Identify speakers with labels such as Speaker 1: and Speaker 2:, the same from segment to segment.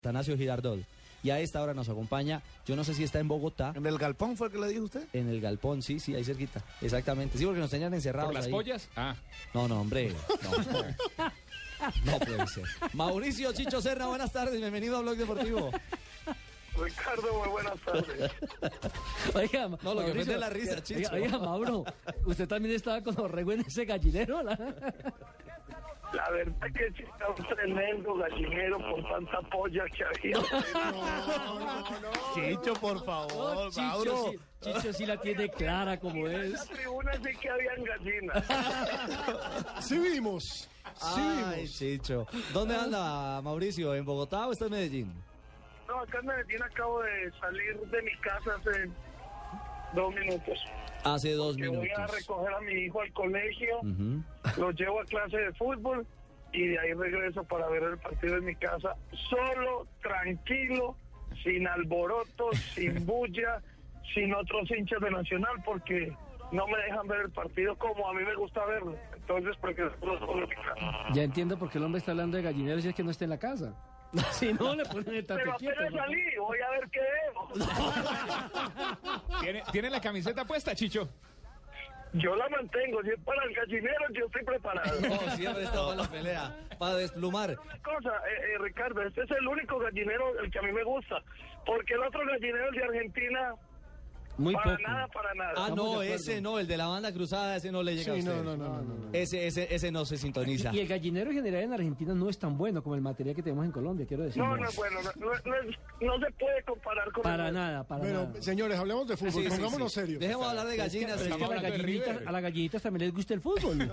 Speaker 1: Atanasio Girardot. Y a esta hora nos acompaña, yo no sé si está en Bogotá,
Speaker 2: ¿En el galpón fue el que le dijo usted?
Speaker 1: en el galpón, sí, sí, ahí cerquita. Exactamente. Sí, porque nos tenían encerrados.
Speaker 3: ¿Por las
Speaker 1: ahí.
Speaker 3: pollas? Ah,
Speaker 1: No, no, hombre. No, no puede ser. Mauricio Chicho Serna, buenas tardes, bienvenido a Blog Deportivo.
Speaker 4: Ricardo, muy buenas tardes.
Speaker 5: Oiga,
Speaker 1: No, lo que ofende es la risa, Chicho.
Speaker 5: Oiga, oiga, Mauro, usted también estaba con Orrego en ese gallinero. la-
Speaker 4: La verdad que sí está un tremendo gallinero por tanta polla que había.
Speaker 2: Chicho, por
Speaker 5: Oh,
Speaker 2: favor, Mauro.
Speaker 5: Chicho, sí, Chicho sí la tiene clara como
Speaker 4: En
Speaker 5: es.
Speaker 4: la tribuna sí que habían gallinas.
Speaker 6: Sí vimos. Sí Ah.
Speaker 1: Ay,
Speaker 6: vimos.
Speaker 1: Chicho. ¿Dónde anda Mauricio? ¿En Bogotá o está en Medellín?
Speaker 4: No, acá en Medellín acabo de salir de mi casa hace dos minutos.
Speaker 1: Hace dos
Speaker 4: Que voy a
Speaker 1: minutos.
Speaker 4: recoger a mi hijo al colegio,
Speaker 1: Ujú.
Speaker 4: lo llevo a clase de fútbol y de ahí regreso para ver el partido en mi casa, solo, tranquilo, sin alboroto, sin bulla, sin otros hinchas de Nacional, porque no me dejan ver el partido como a mí me gusta verlo. Entonces, porque
Speaker 5: Ya entiendo por qué el hombre está hablando de gallinero si es que no está en la casa. Si no, le ponen el
Speaker 4: Pero
Speaker 5: tate quieto.
Speaker 4: apenas
Speaker 5: ¿no?
Speaker 4: salí, voy a ver qué veo.
Speaker 3: ¿tiene, tiene la camiseta puesta, Chicho?
Speaker 4: Yo la mantengo, si es para el gallinero, yo estoy preparado.
Speaker 1: Oh, siempre estaba en la pelea. Para desplumar.
Speaker 4: Una cosa, eh, eh, Ricardo, este es el único gallinero el que a mí me gusta, porque el otro gallinero, el de Argentina,
Speaker 5: Muy
Speaker 4: para
Speaker 5: poco.
Speaker 4: nada, para nada.
Speaker 1: Ah,
Speaker 5: Estamos
Speaker 1: no,
Speaker 5: de acuerdo.
Speaker 1: ese no, el de la banda cruzada, ese no le llega a
Speaker 6: Sí,
Speaker 1: usted.
Speaker 6: no, no, no, no, no.
Speaker 1: Ese, ese, ese no se sintoniza.
Speaker 5: Y, y el gallinero en general en Argentina no es tan bueno como el material que tenemos en Colombia, quiero decir.
Speaker 4: No, no, bueno, no, no, no es- no se puede comparar con...
Speaker 5: Para
Speaker 4: el-
Speaker 5: nada, para
Speaker 6: Bueno,
Speaker 5: nada.
Speaker 6: señores, hablemos de fútbol,
Speaker 1: Sí, sí,
Speaker 6: pongámonos
Speaker 1: sí.
Speaker 6: serios.
Speaker 1: Dejemos hablar de gallinas.
Speaker 5: Pero es que a
Speaker 3: Estamos
Speaker 5: las
Speaker 3: hablando de
Speaker 5: gallinitas,
Speaker 3: River.
Speaker 5: a las gallinitas también les gusta el fútbol.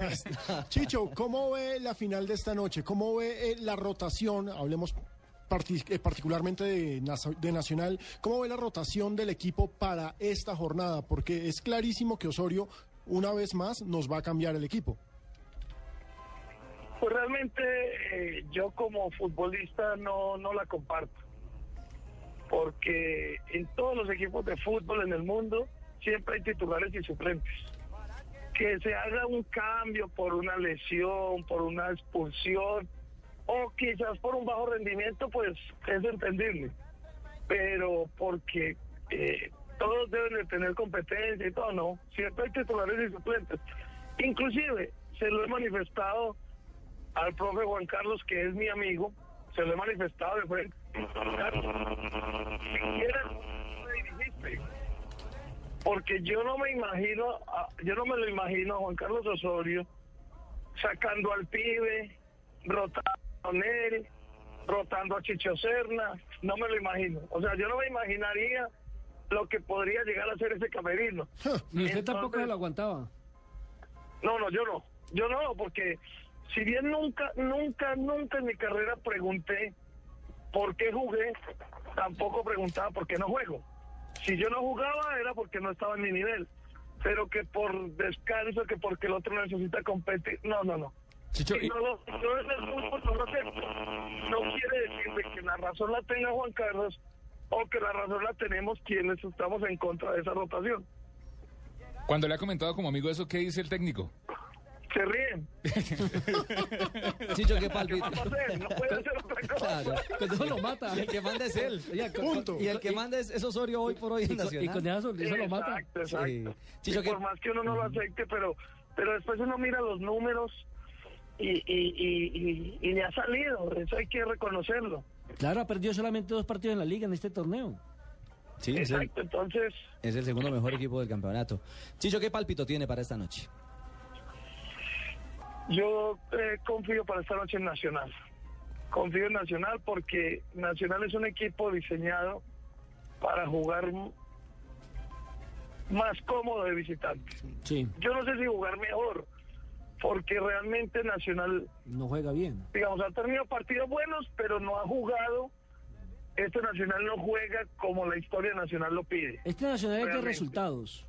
Speaker 6: Chicho, ¿cómo ve la final de esta noche? ¿Cómo ve eh, la rotación? Hablemos parti- eh, particularmente de, Nazo- de Nacional. ¿Cómo ve la rotación del equipo para esta jornada? Porque es clarísimo que Osorio, una vez más, nos va a cambiar el equipo.
Speaker 4: Pues realmente eh, yo como futbolista no, no la comparto. Porque en todos los equipos de fútbol en el mundo siempre hay titulares y suplentes. Que se haga un cambio por una lesión, por una expulsión o quizás por un bajo rendimiento, pues es entendible. Pero porque eh, todos deben de tener competencia y todo, no. Siempre hay titulares y suplentes. Inclusive se lo he manifestado al profe Juan Carlos, que es mi amigo, se lo he manifestado de frente. Carlos, si quieres, me dirigiste. Porque yo no me imagino, a- yo no me lo imagino a Juan Carlos Osorio sacando al pibe, rotando a él, rotando a Chicho Serna, no me lo imagino. O sea, yo no me imaginaría lo que podría llegar a ser ese camerino.
Speaker 5: Y usted tampoco
Speaker 4: Entonces-
Speaker 5: se lo aguantaba.
Speaker 4: No, no, yo no. Yo no, porque si bien nunca, nunca, nunca en mi carrera pregunté por qué jugué, tampoco preguntaba por qué no juego. Si yo no jugaba era porque no estaba en mi nivel. Pero que por descanso, que porque el otro necesita competir. No, no, no.
Speaker 3: Chicho,
Speaker 4: Y
Speaker 3: y-
Speaker 4: no lo- yo en el fútbol no lo acepto. No quiere decirme que la razón la tenga Juan Carlos o que la razón la tenemos quienes estamos en contra de esa rotación.
Speaker 3: cuando le ha comentado como amigo eso, ¿qué dice el técnico?
Speaker 4: Se ríen.
Speaker 1: Chicho, qué
Speaker 4: ¿Qué más va a
Speaker 1: palpita.
Speaker 4: hacer? No puede hacer otra cosa.
Speaker 1: Claro.
Speaker 5: Con eso lo mata.
Speaker 1: Y el que manda es él.
Speaker 5: Oiga, con-
Speaker 6: Punto.
Speaker 1: Y el que manda es, es Osorio hoy por hoy en
Speaker 5: Y con, y con
Speaker 1: Nacional.
Speaker 5: esa sonrisa lo mata.
Speaker 4: Exacto, exacto.
Speaker 1: Sí.
Speaker 4: Y
Speaker 1: Chicho, ¿qué-
Speaker 4: por más que uno no lo acepte, pero, pero después uno mira los números y, y, y, y, y le ha salido. Eso hay que reconocerlo.
Speaker 5: Claro, ha perdido solamente dos partidos en la liga en este torneo.
Speaker 1: Sí, es el,
Speaker 4: Exacto. Entonces,
Speaker 1: es el segundo mejor equipo del campeonato. Chicho, ¿qué palpito tiene para esta noche?
Speaker 4: yo eh, confío para esta noche en Nacional. Confío en Nacional porque Nacional es un equipo diseñado para jugar m- más cómodo de visitante.
Speaker 5: Sí,
Speaker 4: Yo no sé si jugar mejor, porque realmente Nacional
Speaker 5: no juega bien.
Speaker 4: digamos, ha tenido partidos buenos, pero no ha jugado. Este Nacional no juega como la historia nacional lo pide,
Speaker 5: Este Nacional es de
Speaker 4: Realmente.
Speaker 5: resultados.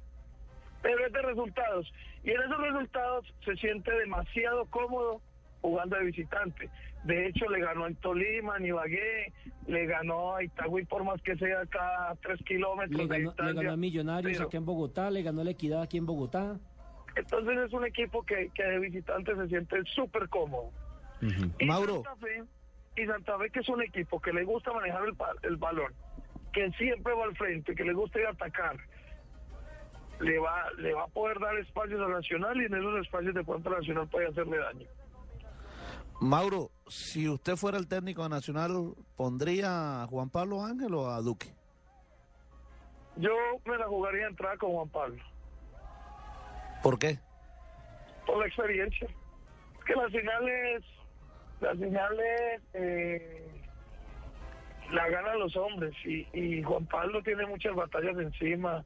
Speaker 4: pero es de resultados. Y en esos resultados se siente demasiado cómodo jugando de visitante. De hecho, le ganó en Tolima, en Ibagué, le ganó a Itagüí, por más que sea acá a tres kilómetros
Speaker 5: Le
Speaker 4: de
Speaker 5: ganó, le
Speaker 4: distancia.
Speaker 5: ganó a Millonarios
Speaker 4: Pero-
Speaker 5: acá en Bogotá, le ganó a la Equidad aquí en Bogotá.
Speaker 4: Entonces es un equipo que, que de visitante se siente súper cómodo. Y
Speaker 2: Mauro.
Speaker 4: Santa Fe, y Santa Fe, que es un equipo que le gusta manejar el, pa- el balón, que siempre va al frente, que le gusta ir a atacar, le va, le va a poder dar espacios a Nacional y en esos espacios de pronto Nacional puede hacerle daño.
Speaker 2: Mauro, si usted fuera el técnico de Nacional, ¿pondría a Juan Pablo Ángel o a Duque?
Speaker 4: Yo me la jugaría de entrada con Juan Pablo,
Speaker 2: ¿Por qué?
Speaker 4: por la experiencia. Es que las finales, las finales eh, la ganan los hombres y, y Juan Pablo tiene muchas batallas encima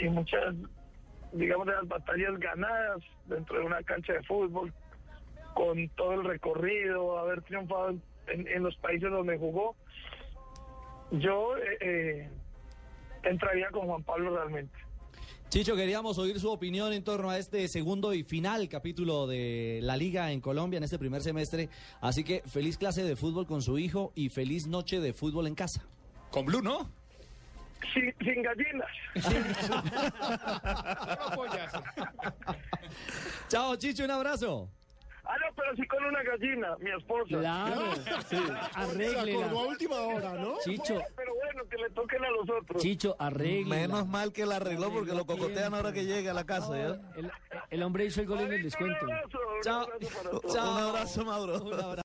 Speaker 4: y muchas, digamos, de las batallas ganadas dentro de una cancha de fútbol, con todo el recorrido, haber triunfado en, en- en los países donde jugó. Yo eh, eh, entraría con Juan Pablo realmente.
Speaker 1: Chicho, queríamos oír su opinión en torno a este segundo y final capítulo de la Liga en Colombia en este primer semestre. Así que feliz clase de fútbol con su hijo y feliz noche de fútbol en casa.
Speaker 3: Con Blue, ¿no?
Speaker 4: Sin, sin gallinas.
Speaker 1: Chao, Chicho, un abrazo.
Speaker 4: Ah, no, pero sí con una gallina, mi esposa.
Speaker 5: Claro, sí.
Speaker 6: Se acordó a
Speaker 5: Arréglela.
Speaker 6: última hora, ¿no?
Speaker 5: Chicho,
Speaker 4: Pero bueno, que le toquen a los otros.
Speaker 5: Chicho, arréglela.
Speaker 2: Menos mal que la arregló porque lo
Speaker 5: Arregló
Speaker 2: cocotean
Speaker 5: tiempo.
Speaker 2: ahora que llegue a la casa. ¿ya?
Speaker 5: El, el hombre hizo el gol en el
Speaker 4: Ahorita un
Speaker 5: descuento.
Speaker 4: abrazo, un
Speaker 1: Chao.
Speaker 4: abrazo para todos.
Speaker 1: Chao.
Speaker 2: Un abrazo, Mauro.
Speaker 1: Un abrazo.